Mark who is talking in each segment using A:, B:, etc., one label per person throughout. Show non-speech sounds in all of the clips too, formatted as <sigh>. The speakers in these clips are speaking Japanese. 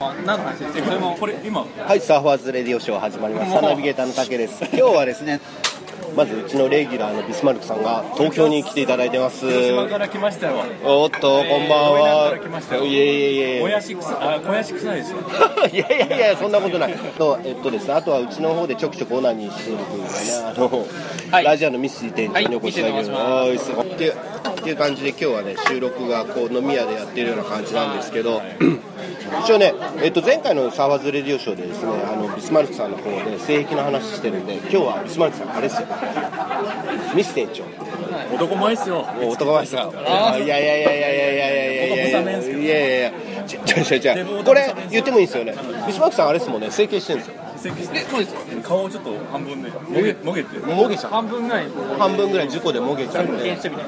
A: 何の話でしたこれもこれ今
B: はい、サーファーズレディオショー始まりました。ナビゲーターの竹です。今日はですね、まずうちのレギュラーのビスマルクさんが東京に来ていただいてます。
A: 広島から来ましたよ
B: おっと、こんばん
A: えー上野から来ました
B: は。
A: よ
B: いえいえい
A: も
B: え。
A: やしくさあ小やしくさいですよ
B: <laughs> いやいやいや、そんなことない。と、えっとですね、あとはうちの方でちょくちょくオナニーしてるというかね、あの、
C: はい
B: ラジオのミス店長にお越しいただけるの、
C: は
B: おーいすごいっていうっていう感じで今日はね、収録がこう飲み屋でやってるような感じなんですけど、一応ね、えっと、前回のサーファーズレディオショーでですね、あの、ビスマルクさんの方で性癖の話してるんで、今日はビスマルクさん、あれですよ、ミス店長。
A: 男前っすよ
B: もう男前さん。いやいやいやいやいやいやいやいやいやいやいやいやいや。ちょちょちょちょ。これ言ってもいいんですよね。西巻さんあれですもんね。整形してるんですよ。
A: 整形し
C: え
A: て
C: そうです
A: 顔をちょっと半分でもげもげて
B: もげちゃん。
C: 半分ぐらいこ
B: 半分ぐらい事故でもげちゃっ
C: う保険
B: て。
C: してみたい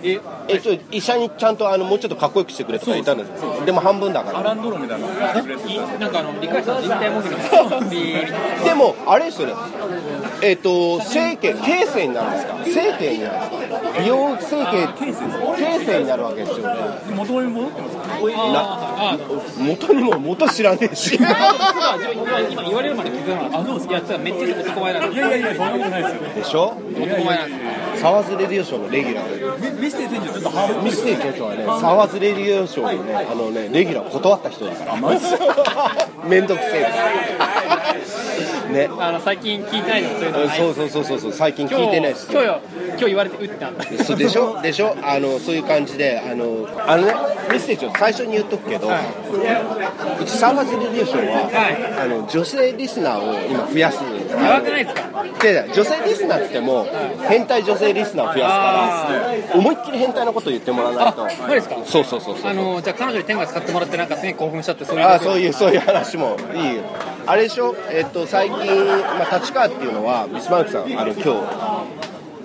C: え
B: えそう医者にちゃんとあのもうちょっとかっこよくしてくれとか言ったんですよ。でも半分だか
A: ア
B: ら。
A: ランドロみたいなのやってくれって言った
C: なんかあの理解者の人体模擬の話
B: でもあれですよね。えっと整形形成になるんですか。整形になるんですか。美容整形
A: ケースです
B: 形成になるわけですよね。
A: 元に戻ってます
B: な元にも元知らねえし。
C: 今今言われるまで気づかなかったあそうですいやつはめっちゃ男前なん
A: い
C: で
A: やいやいやそんなことないですよ
B: でしょ。
C: 男前なんです
B: 沢津レディオショーのレギュラーで。
A: み見せて店長ちょっと半分
B: ミステリー長はね、沢津レディオショーのね、あのね、レギュラー断った人だから。めんどくせえ。ね。
C: あの最近聞いてないのそういうのない
B: そうそうそうそうそう、最近聞いてないです
C: 今
B: よ。
C: 日よ今日言われて打った
B: そうでしょでしょあのそういう感じであのあのねミステリー長最初に言っとくけど、うち沢津レディオショーは、あの女性リスナーを今増やす
C: やばくないですか
B: で女性リスナーっつっても変態女性リスナーを増やすから思いっきり変態なこと言ってもらわないと
C: あそうですか
B: そうそうそうそう
C: あのじゃあ彼女に天下使ってもらってなんかすげえ興奮しちゃってそういう
B: ああそういうそういう話もいいよあれでしょえっと最近、まあ、立川っていうのはミスマルクさんあの今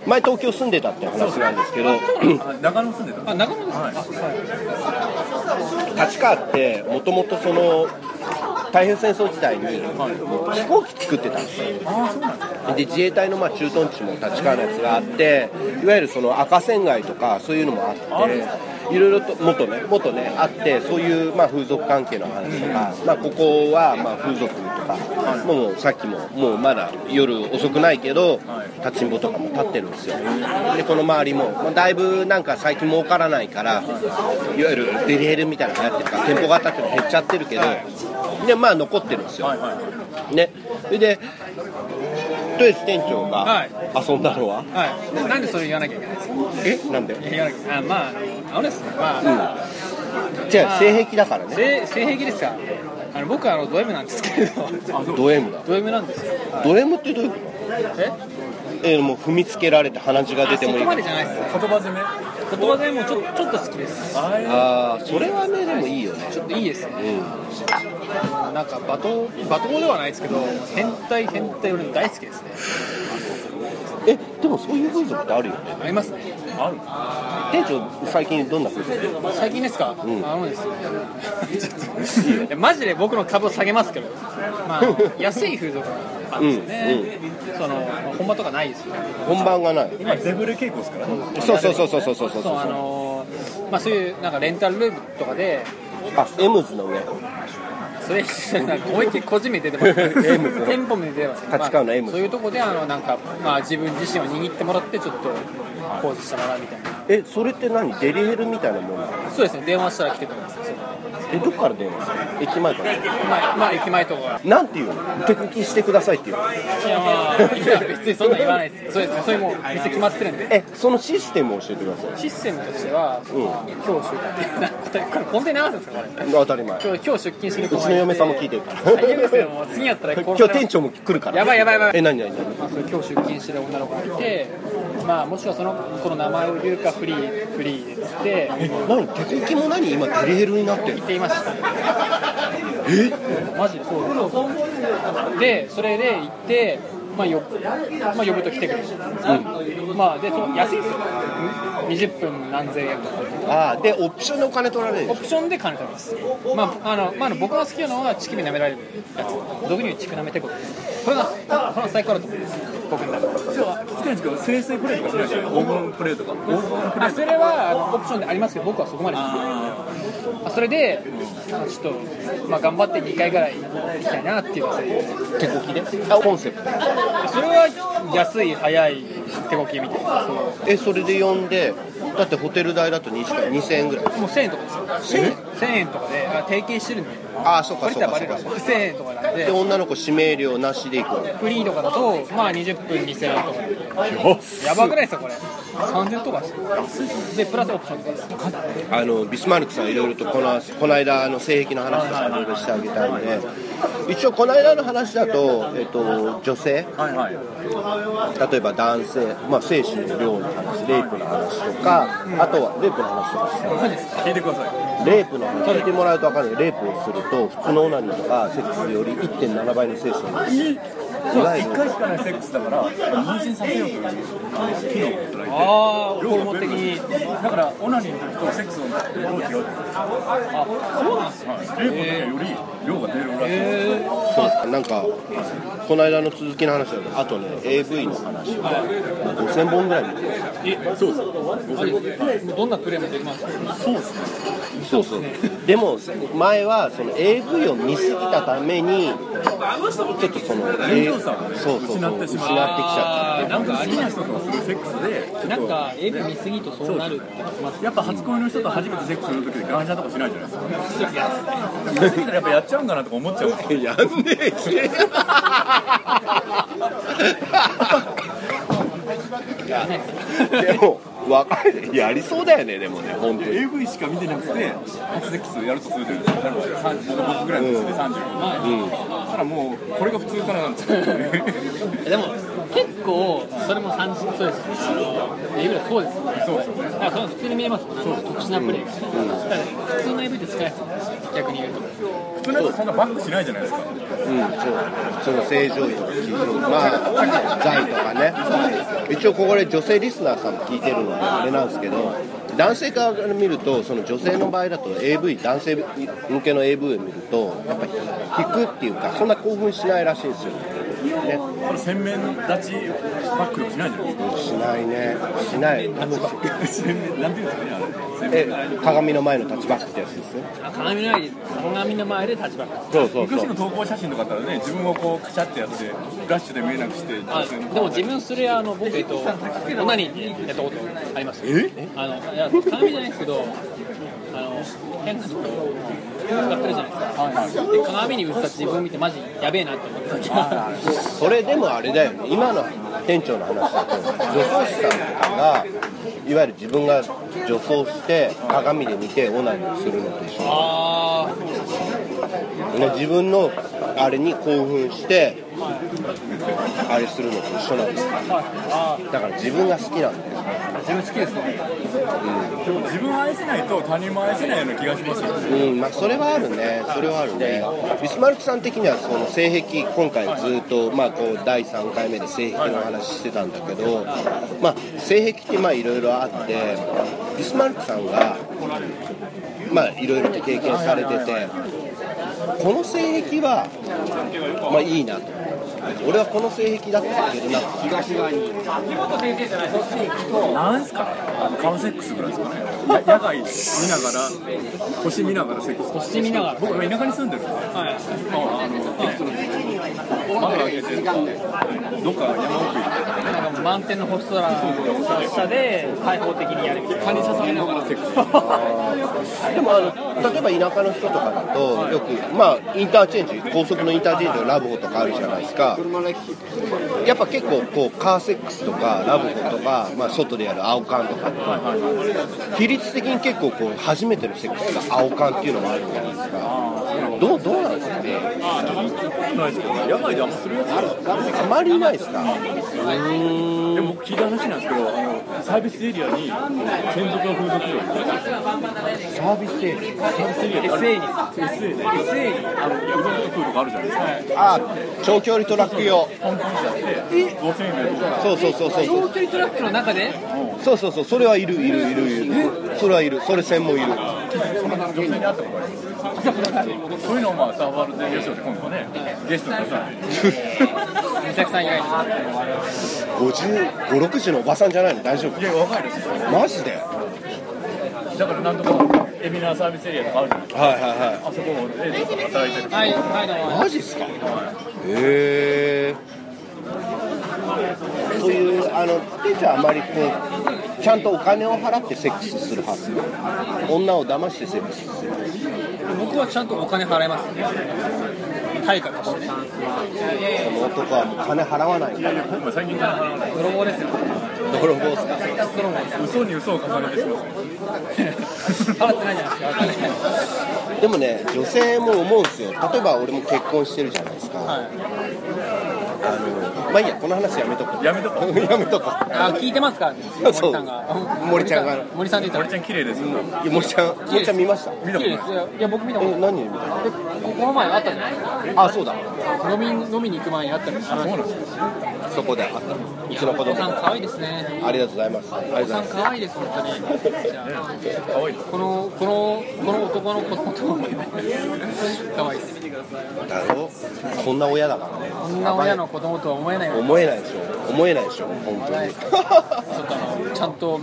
B: 日前東京住んでたって話なんですけど
A: あ中野住んでた
C: あ仲間ですか、
A: はい
B: 立川ってもともとその太平洋戦争時代に飛行機作ってたんですよ
A: ああそうなんですか
B: で自衛隊のまあ駐屯地も立川のやつがあっていわゆるその赤線街とかそういうのもあっていろいろと元ね元ねあってそういうまあ風俗関係の話とか、まあ、ここはまあ風俗とか、もうさっきももうまだ夜遅くないけど立ちんぼとかも立ってるんですよでこの周りも、まあ、だいぶなんか最近儲からないからいわゆるデリヘルみたいなの流行ってるから店舗型っていうの減っちゃってるけどでまあ残ってるんですよ
A: はいはい
B: ねそれでドイツ店長
C: は
B: が
C: い
B: 遊んだのは、
C: はいななんでそれ言わなきゃいけないんですか
B: えなんで
C: 言わなきゃいけないあまああのですねまあ、
B: じゃあ性癖だからね
C: 性性癖ですかあの僕はあのド M なんですけれど
B: ド M だ
C: ド M なんですよ
B: ド M ってどういうこと
C: え
B: えもう踏みつけられて鼻血が出
C: あ
B: て
C: そ
B: もい
C: こ
B: い
C: までじゃないです
A: 言葉攻め
C: 言葉でもうちょちょっと好きです
A: あれ
B: ああそれはねでもいいよね
C: ちょっといいですね
B: うん
C: なんか罵倒罵倒ではないですけど変態変態俺大好きですね
B: えでもそういう風俗ってあるよね
C: ありますね
A: ある
B: 店長最近どんな風俗
C: 最近ですか、
B: ん
C: あのですねちょっといやマジで僕の株を下げますけど、まあ、
B: <laughs>
C: 安い風俗なんですよね、その本場とかないですよ
B: 本番がない
A: 今デブレ傾向ですから
B: そうそうそうそうそうそうそう
C: そうあのーまあそういうなんかレンタルルームとかで
B: あエムズの上
C: それなんか思いっきり個人名出てます
B: M
C: 店舗名出てます
B: 立川の M
C: まあそういうとこであのなんか、まあ、自分自身を握ってもらってちょっと工事してもらうみたいな
B: えそれって何デリヘルみたいなもんなの
C: そうですね電話したら来てくれますそう
B: えどっから電話する駅前から
C: まあ、まあ、駅前とか
B: なんて言うの手拭きしてくださいって言うの
C: いやまあいや別にそんな言わないですそうですねそれもう店決まってるんで
B: えそのシステムを教えてください
C: システムとしては、今日出勤これ本当に流すんですかこれ
B: 当たり前
C: 今日今日出勤しに行
B: うちの嫁さんも聞いてるから
C: 最悪ですよもう次やったら
B: 今日店長も来るから
C: やばいやばいやばい
B: え何何何
C: まあ、それ今日出勤してる女の子がいて、まあ、もしくはその子の名前を言うかフリーフリーでっつって
B: え何手続きも何今デリヘルになってる
C: 言っていましたえマジでそうでそれで行ってまあ、よまあ、呼ぶと来てくれる、まあでそう安いですよ20分何千円とか
B: ああでオプションでお金取られるで
C: オ
B: し
C: プションで金取ります、まああのまあ、あの僕の好きなのは乳首舐められるやつ毒に乳首舐めてくるこれがこれが最高だと思います僕の中で
A: 聞きたいんですけど生成プレイとかしないですよ黄金プレイとか
C: あそれはあのオプションでありますけど僕はそこまでしないまあそれで、まあちょっと、まあ、頑張って2回ぐらい行きたいなっていうのはそういう
B: 手こきであコンセプト
C: それは安い早い手こきみたいなそう
B: えそれで呼んでだってホテル代だと2時間2000円ぐらい
C: もう1000円とかですよ1000円とかであ提携してるんで
B: ああそっ
C: こ
B: か
C: れっ
B: そ
C: て
B: っ
C: ら
B: か
C: バ
B: そ
C: レ
B: っか
C: る
B: そ
C: わ
B: っか
C: 1000円とかなんで
B: で女の子指名料なしで行くわけ
C: フリーとかだとまあ20分2000円とかやばくないですかこれ3000とかですよでプラスオプションとかです
B: あのビスマルクさんいろいろとこのこの間あの性癖の話とかいろいろしてあげたいので一応この間の話だと、えっと、女性
A: はいはい
B: 例えば男性、まあ、精子の量の話レイプの話とか、あとはレイプの話とかして
A: 聞いてください
B: レイプの話聞いてもらうと分かんないレイプをすると普通のオナニーとかセックスより1.7倍の精子を
A: そう1回しかないセックスだから妊娠させようという機能を働いて
C: ああホルモン的に
A: だからオナニーの時とセックスの時と量違う
C: あそうなんですね
A: はいレイプの時より量が出るらしいです
C: へえ
B: そうなんかこの間の続きの話だとあとね AV の話を5000本ぐらい見てる
A: そうです5000
C: どんなプレーもできますか
A: そうですね
B: そうそうでも前はその AV を見すぎたためにちょっとその
A: 臨場感をね
B: そう
A: 失
B: そうそう失
A: っ
B: ってて
A: し
B: きち
A: まう
B: ゃ
C: あーなんかあ
A: 好
C: り
A: き
C: ま
A: な
C: す
A: 人とするセックスでちょっと
C: なんか AV 見すぎとそうなるって聞きます
A: やっぱ初恋の人と初めてセックスする時でガンジャとかしないじゃないですか見すぎたらやっぱやっちゃうんかなとか思っちゃうんですよ
B: ったやんねえしでも若いやりそうだよねでもね本当に
A: AV しか見てなくて初セックスやるとするじゃないですか30僕ぐらいの年で35そしたらもうこれが普通かななんて
C: でも結構それも三十そうですよエビはそうですよね
A: そうですよね
C: だからそれは普通に見えますもんね特殊なプレーが、だから普通の AV って使えないですよね逆に言うと
A: 普通のやつそんなバックしないじゃないですか
B: うん、そうその正常位とか聞いてるまあ財とかね一応ここで女性リスナーさんも聞いてるのであれなんですけど男性側から見るとその女性の場合だと AV 男性向けの AV を見るとやっぱ引くっていうかそんな興奮しないらしいんですよね
A: これ洗面立ちバックとかしないじゃない
B: しないねしない
A: ですか洗面なんていうんですかねあれ洗面
B: え鏡の前のタッチバックってやつですね
C: あ鏡の前で鏡の前で立ちバック
B: そうそう
A: 昔の投稿写真とかだったらね自分をこうカシャってやってフラッシュで見えなくして
C: あ
A: 女性の
C: でも自分それあの僕えっとオナニーでやったことありますえあのいや鏡じゃないですけどあの変なとこ使ってるじゃないですか、で鏡に映った自分見てマジやべえなって思ってた時が
B: それでもあれだよね今の店長の話だと女装師さんとかがいわゆる自分が女装して鏡で見てオナニーするのと一緒
C: あー
B: ね自分のあれに興奮してあれするのと一緒なんですよ
C: あ
B: だから自分が好きなんだよ
C: ー自分好きですね
A: でも自分を愛せないと他人も愛せないような気がしますよね
B: うんまあ、それはあるね、それはあるね、ビスマルクさん的にはその性癖、今回ずっと、まあ、こう第3回目で性癖の話してたんだけど、まあ、性癖ってまあいろいろあって、ビスマルクさんが、まあ、いろいろと経験されてて、この性癖は、まあ、いいなと。俺はこの性癖だったけどな東側に
A: なんすかカウセックスぐらいですかねや野外見ながら星見ながらセックス
C: 星見ながら
A: 僕田舎に住んでるんですよ
C: はい
A: あの窓開けてどっか山奥行って
C: なんか満天の星空の下で開放的にやるみたいな蚊に刺されながらセックス
B: でもあの例えば田舎の人とかだとよく、まあ、インターチェンジ高速のインターチェンジのラブホとかあるじゃないですかやっぱ結構こうカーセックスとかラブホとか、まあ、外でやる青缶とか比率的に結構こう初めてのセックスが青缶っていうのもあるじゃないですかどうどうなんですかね
A: ないですけど野外であんまするやつ
B: あまりいないですか
A: でも僕聞いた話なんですけどあのサービスエリアに専属の風俗嬢がいて
B: サービスエリア
A: サービスエリアに
C: SA に
A: SA で SA にあのヤクザのプールがあるじゃないですか
B: あ長距離トラック用
A: 5000円でどうか
B: そうそうそうそうそう
C: 長距離トラックの中で
B: そうそうそうそれはいるいるいるいるそれはいるそれ専門いる
A: 女性に会ったことがありますそういうのをまあサーバーでやりましょうね今度はねゲストに出さない
C: 美咲さん以外に
B: 5560のおばさんじゃないの大丈夫
A: いや若いですよ
B: マジで
A: だからなんとか海老名サービスエリアとかあるじゃないですか
B: はいはいは
A: あそこもエイジさんが働いてる
C: はい、はい、どう
B: い
C: も。
B: マジっすかへえそういうあの店長はあまりこうちゃんとお金を払ってセックスするはず女を騙してセックスする
C: 僕はちゃんとお金払いますね。対価として。
B: この男はもう金払わないから
A: 今回最近から話
C: 泥棒ですよ。
B: 泥棒っすか
C: 泥棒です。
A: 嘘に嘘を重ねてしまう
C: 払ってないじゃないですか。
B: でもね女性も思うんですよ例えば俺も結婚してるじゃないですか、
C: は
B: あのまあいいやこの話やめとこう
A: やめとこ
B: <laughs> やめとこう
C: い。あ、聞いてますか。森さんが。
B: そう森ちゃんが
C: 森さんって言
A: 森
C: った
A: ちゃん綺麗ですよ
B: いや森ちゃん森ちゃん見ました
A: 見
C: ら。
A: た
C: 綺
A: ことな
C: 麗で
A: い
C: すよ。いや、僕見たこ
B: え
C: とない。
B: 何見た
C: でここの前あったじゃないですか
B: あそうだ
C: 飲み飲みに行く前にあったのに
A: そうなんです
B: そこであったうちの子
C: お子
B: 供
C: さん可愛いですね
B: ありがとうございますありがとう
C: お
B: ご
C: 子
B: ざいま
C: さん
B: す
C: 可愛いです本当にじゃあ
A: よ可愛い
C: このこのこの男の子供と可愛いです
B: だろこんな親だからね
C: こんな親の子供とは思えないよちょ
B: 思えないでしょ思えないでしょ本当に
C: っとあのちゃんと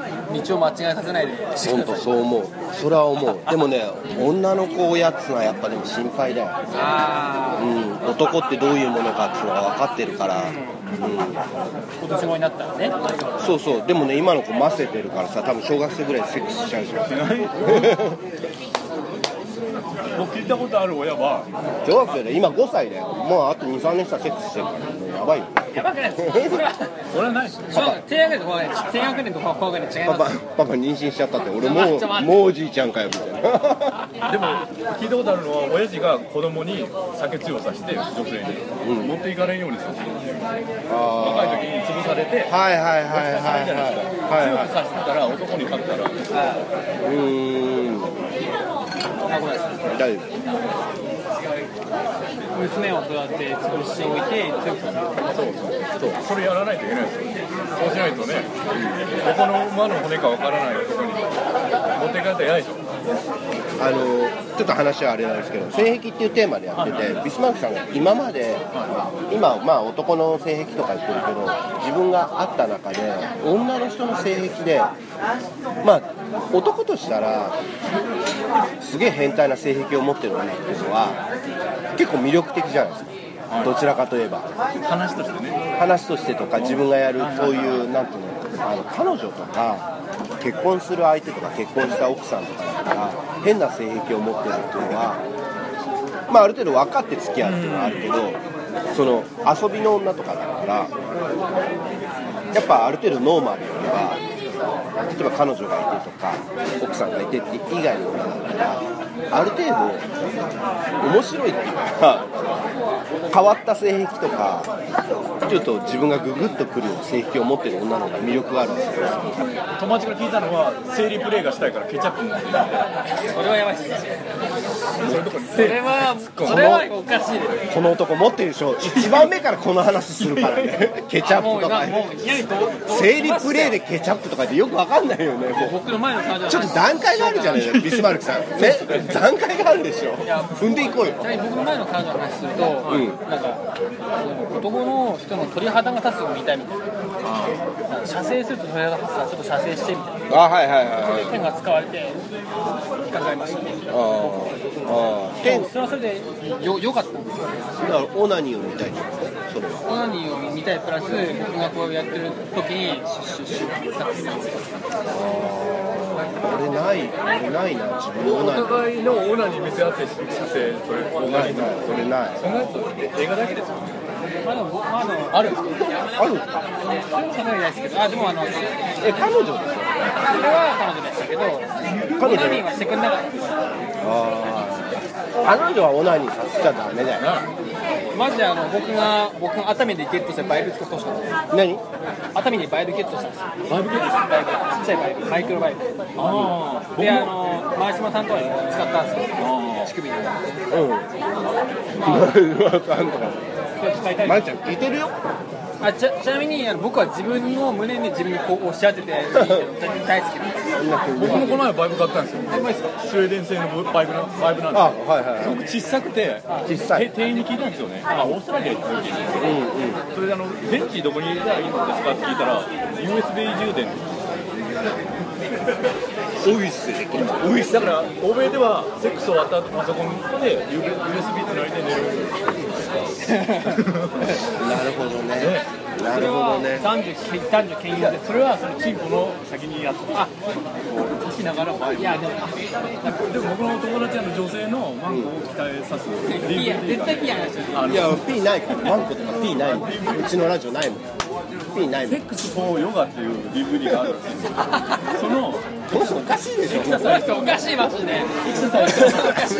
C: 道を間違えさせないで
B: 本当そう思うそれは思うでもね女の子親っつのはやっぱでも心配だよ
C: ああ
B: うん、男ってどういうものかっていうのが分かってるから、う
C: 今年もになったらね
B: ん、そうそうでもね今の子ませてるからさ多分小学生ぐらいでセックスしちゃうじゃん
A: 僕聞いたことある親は
B: 小学生で今5歳だよもうあと23年したらセックスしてるからもうやばいよ
C: やばくないですそれは
A: 俺はないです
C: それは低学年と高学年低学年と高学年違い
B: パ
C: ま
B: パ
C: す
B: パパ妊娠しちゃったって俺も
C: ちょっと待っ
B: う
C: て
B: もうおじいちゃんかよみたいな
A: でも聞いたことあるのは親父が子供に酒強さして女性に、持っていかれんようにさせて若い時に潰されて
B: はいはいはい
A: されるじゃないですか、
B: はいはい
A: 強くさせてたら男に勝ったら
B: うーん
C: あごめんなさい
B: 大丈夫
C: 娘を育て潰しておいて強くさせる
A: それやらないといけないですよそうしないとね、どこの馬の骨かわからない男に持っていかれたら嫌でしょ
B: あのちょっと話はあれなんですけど性癖っていうテーマでやっててビスマークさんが今まで今まあ男の性癖とか言ってるけど自分があった中で女の人の性癖でまあ男としたらすげえ変態な性癖を持ってる女っていうのは結構魅力的じゃないですかどちらかといえば
A: 話としてね
B: 話としてとか自分がやるそういうなんていうのあの彼女とか結婚する相手とか結婚した奥さんとかだから変な性癖を持ってるっていうのは、まあ、ある程度分かって付き合うっていうのはあるけどその遊びの女とかだからやっぱある程度ノーマルよりは例えば彼女がいてとか奥さんがいてって以外の女だったらある程度面白いっていうか変わった性癖とかちょっと自分がググッとくるような性癖を持ってる女の子が魅力があるんですよ
A: 友達から聞いたのは生理プレイがしたいからケチャップも
C: それはやばいっ
A: そ
C: す
A: ういうとこに
C: それはそれはおかしいです
B: この男持ってるでしょ1番目からこの話するからねケチャッ
C: も
B: プと
C: うな
B: か
C: もういきなりど
B: 生理プレイでケチャップとかってよくわかんないよねもう
C: 僕の前の彼女
B: ちょっと段階があるじゃないですかビスマルクさんね段階があるでしょ踏んでいこうよ
C: ちなみに僕の前の彼女の話すると、なんかその男の人の鳥肌が立つのを見たいみたいななんか射精すると鳥肌が立つからちょっと射精してみたいな
B: あはいはいはい
C: 点が使われて引っかかりましたね
B: ああ
C: で
B: 天
C: もそれはそれでよ良かったんですよ
B: だからオナニーを見たいんだよねそれは
C: オナニーを見たいプラス僕がこうやってる時にシュッシュッシュッ使ってるんですよ
B: 俺ない俺ないな自分
A: お
B: のオナニー
A: 互いのオーナーに見せ合って姿勢それオーナ
B: な
A: ー
B: い
A: に
B: ない俺ない
A: そんなやつ映画だけですよ
C: まあでも僕まあでもあるんですけど
B: あるんですか
C: そういうの考えないですけどあでもあのそれ
B: え彼女ですよ
C: は彼女でしたけどオナニーはしてくれなかったです
B: 彼女はオナニーさせちゃダメだよ
C: マジであの僕が僕が熱海でゲットしたバイブ使ってほしかったです
B: 何
C: 熱海にバイブゲットしたんですよバイブゲットしたバイブちっちゃいバイブマイクロバイブ
A: ああ
C: であの前島さんとは使ったんですよ乳首に
B: うん。
C: これ使いたい
B: まゆちゃん聞いてるよ。
C: あちゃちなみにあの僕は自分の胸に自分にこう押し当てて大好きなんです
A: 僕もこの前バイブ買ったんですよスウェーデン製のバイブなバイブなんです
B: あ、
A: よ
B: はいはい
A: す
B: は
A: ごく小さくて
B: い。実際
A: て。店員に聞いたんですよねあオーストラリアに行ってるそれであの電池どこに入れたらいいんですかって聞いたら USB 充電
B: おいせ
A: おいだから欧米ではセックス終わった後パソコンで U- USB つないで寝る
B: なるほどねなるほどね
C: 男女男女兼用でそれはそのチンコの先にやってあ刺しながらもいやでも
A: でも僕の友達あの女性のマンコを鍛えさす
C: いや
A: DVD
C: 絶
A: が
C: 対嫌な人
A: あ
B: い
A: の
B: や P ないからマンコとか P ないもんうちのラジオないもん P ないも
A: セ
B: ん
A: ックス4ヨガっていう DVD があるん <laughs> ですよその
B: この人おかしいでしょ
C: その人おかしいマジでエクササイズおかしい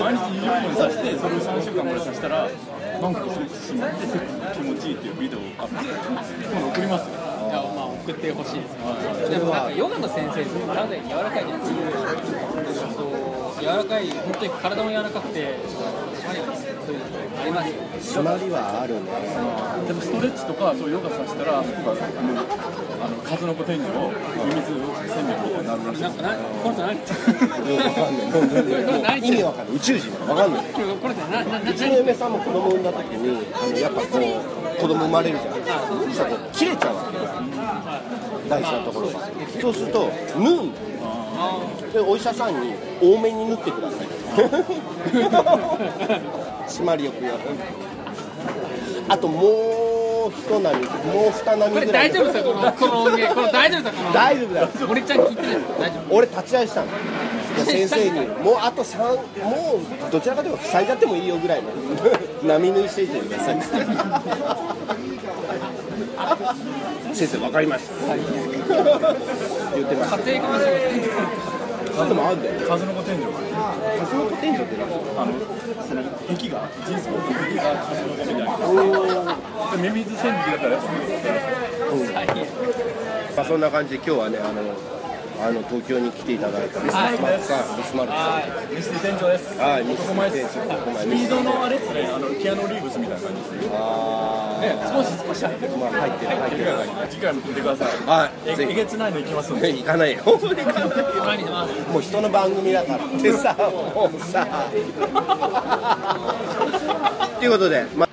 A: 毎日20分さしてそれを3週間ぐらいさしたらマンコがセックスしまってセックスが気持ちいいっていうビデオをアップして今度送りますよ
C: いやまあ送ってほしいですね。でもなんかヨガの先生って体柔らかいじゃないですか。そう柔らかい本当に体も柔らかくて、そういうのあります
B: 締
C: よ。
B: まりはあるね
A: でもストレッチとかそういうヨガさせたらあそこがもうあの数の子天井を湯水戦略みたいになるらしい
C: なんかなこの人何？
B: もうわかんないもうもう意味わかんない宇宙人わかんない
C: この人ななな
B: うちの嫁さんも子供産んだ時にあのやっぱこう子供生まれるじゃんそしたらこう切れちゃうわけよ大事なところがそうすると縫うんだよでお医者さんに多めに縫ってください <laughs> 締まりよくやるあともう一波もう二波
C: これ
B: ぐらい
C: 大丈夫ですかこのこの音源この大丈夫ですかこ
B: 大丈夫だよ
C: の森ちゃん聞いてないですか大丈夫。
B: 俺立ち会いしたので先
A: <laughs>
B: 生に「もうあと3もうどちらかというと塞いじゃってもいいよ」ぐらいの <laughs> 波縫いしていてください
A: <laughs>
B: 先生わかりました言ってました
C: 家庭科学
B: でもあるんだよ
A: 数の子天井
B: 数の子天井ってなんか
A: あのその壁が人生の壁が数の子みたいなでミミズ戦略だからやっぱ
B: まあそんな感じで今日はねあのあの東京に来ていただいたミスマルクさんミスマルクさん
A: ミステリー店長です
B: はいミス
A: 男前です
B: 店長男前
A: スピードのあれですねあのキアノ・リーブスみたいな感じですね
B: あー
A: 少し少し入ってる
B: まあ入ってる入ってる入って
A: 次回も聞いてください
B: はい
A: え
B: ぜひ
A: えげつないの行きますんで
B: る行かないよ行かないよ
C: 前に出ます。
B: もう人の番組だからってさもうさということで、ま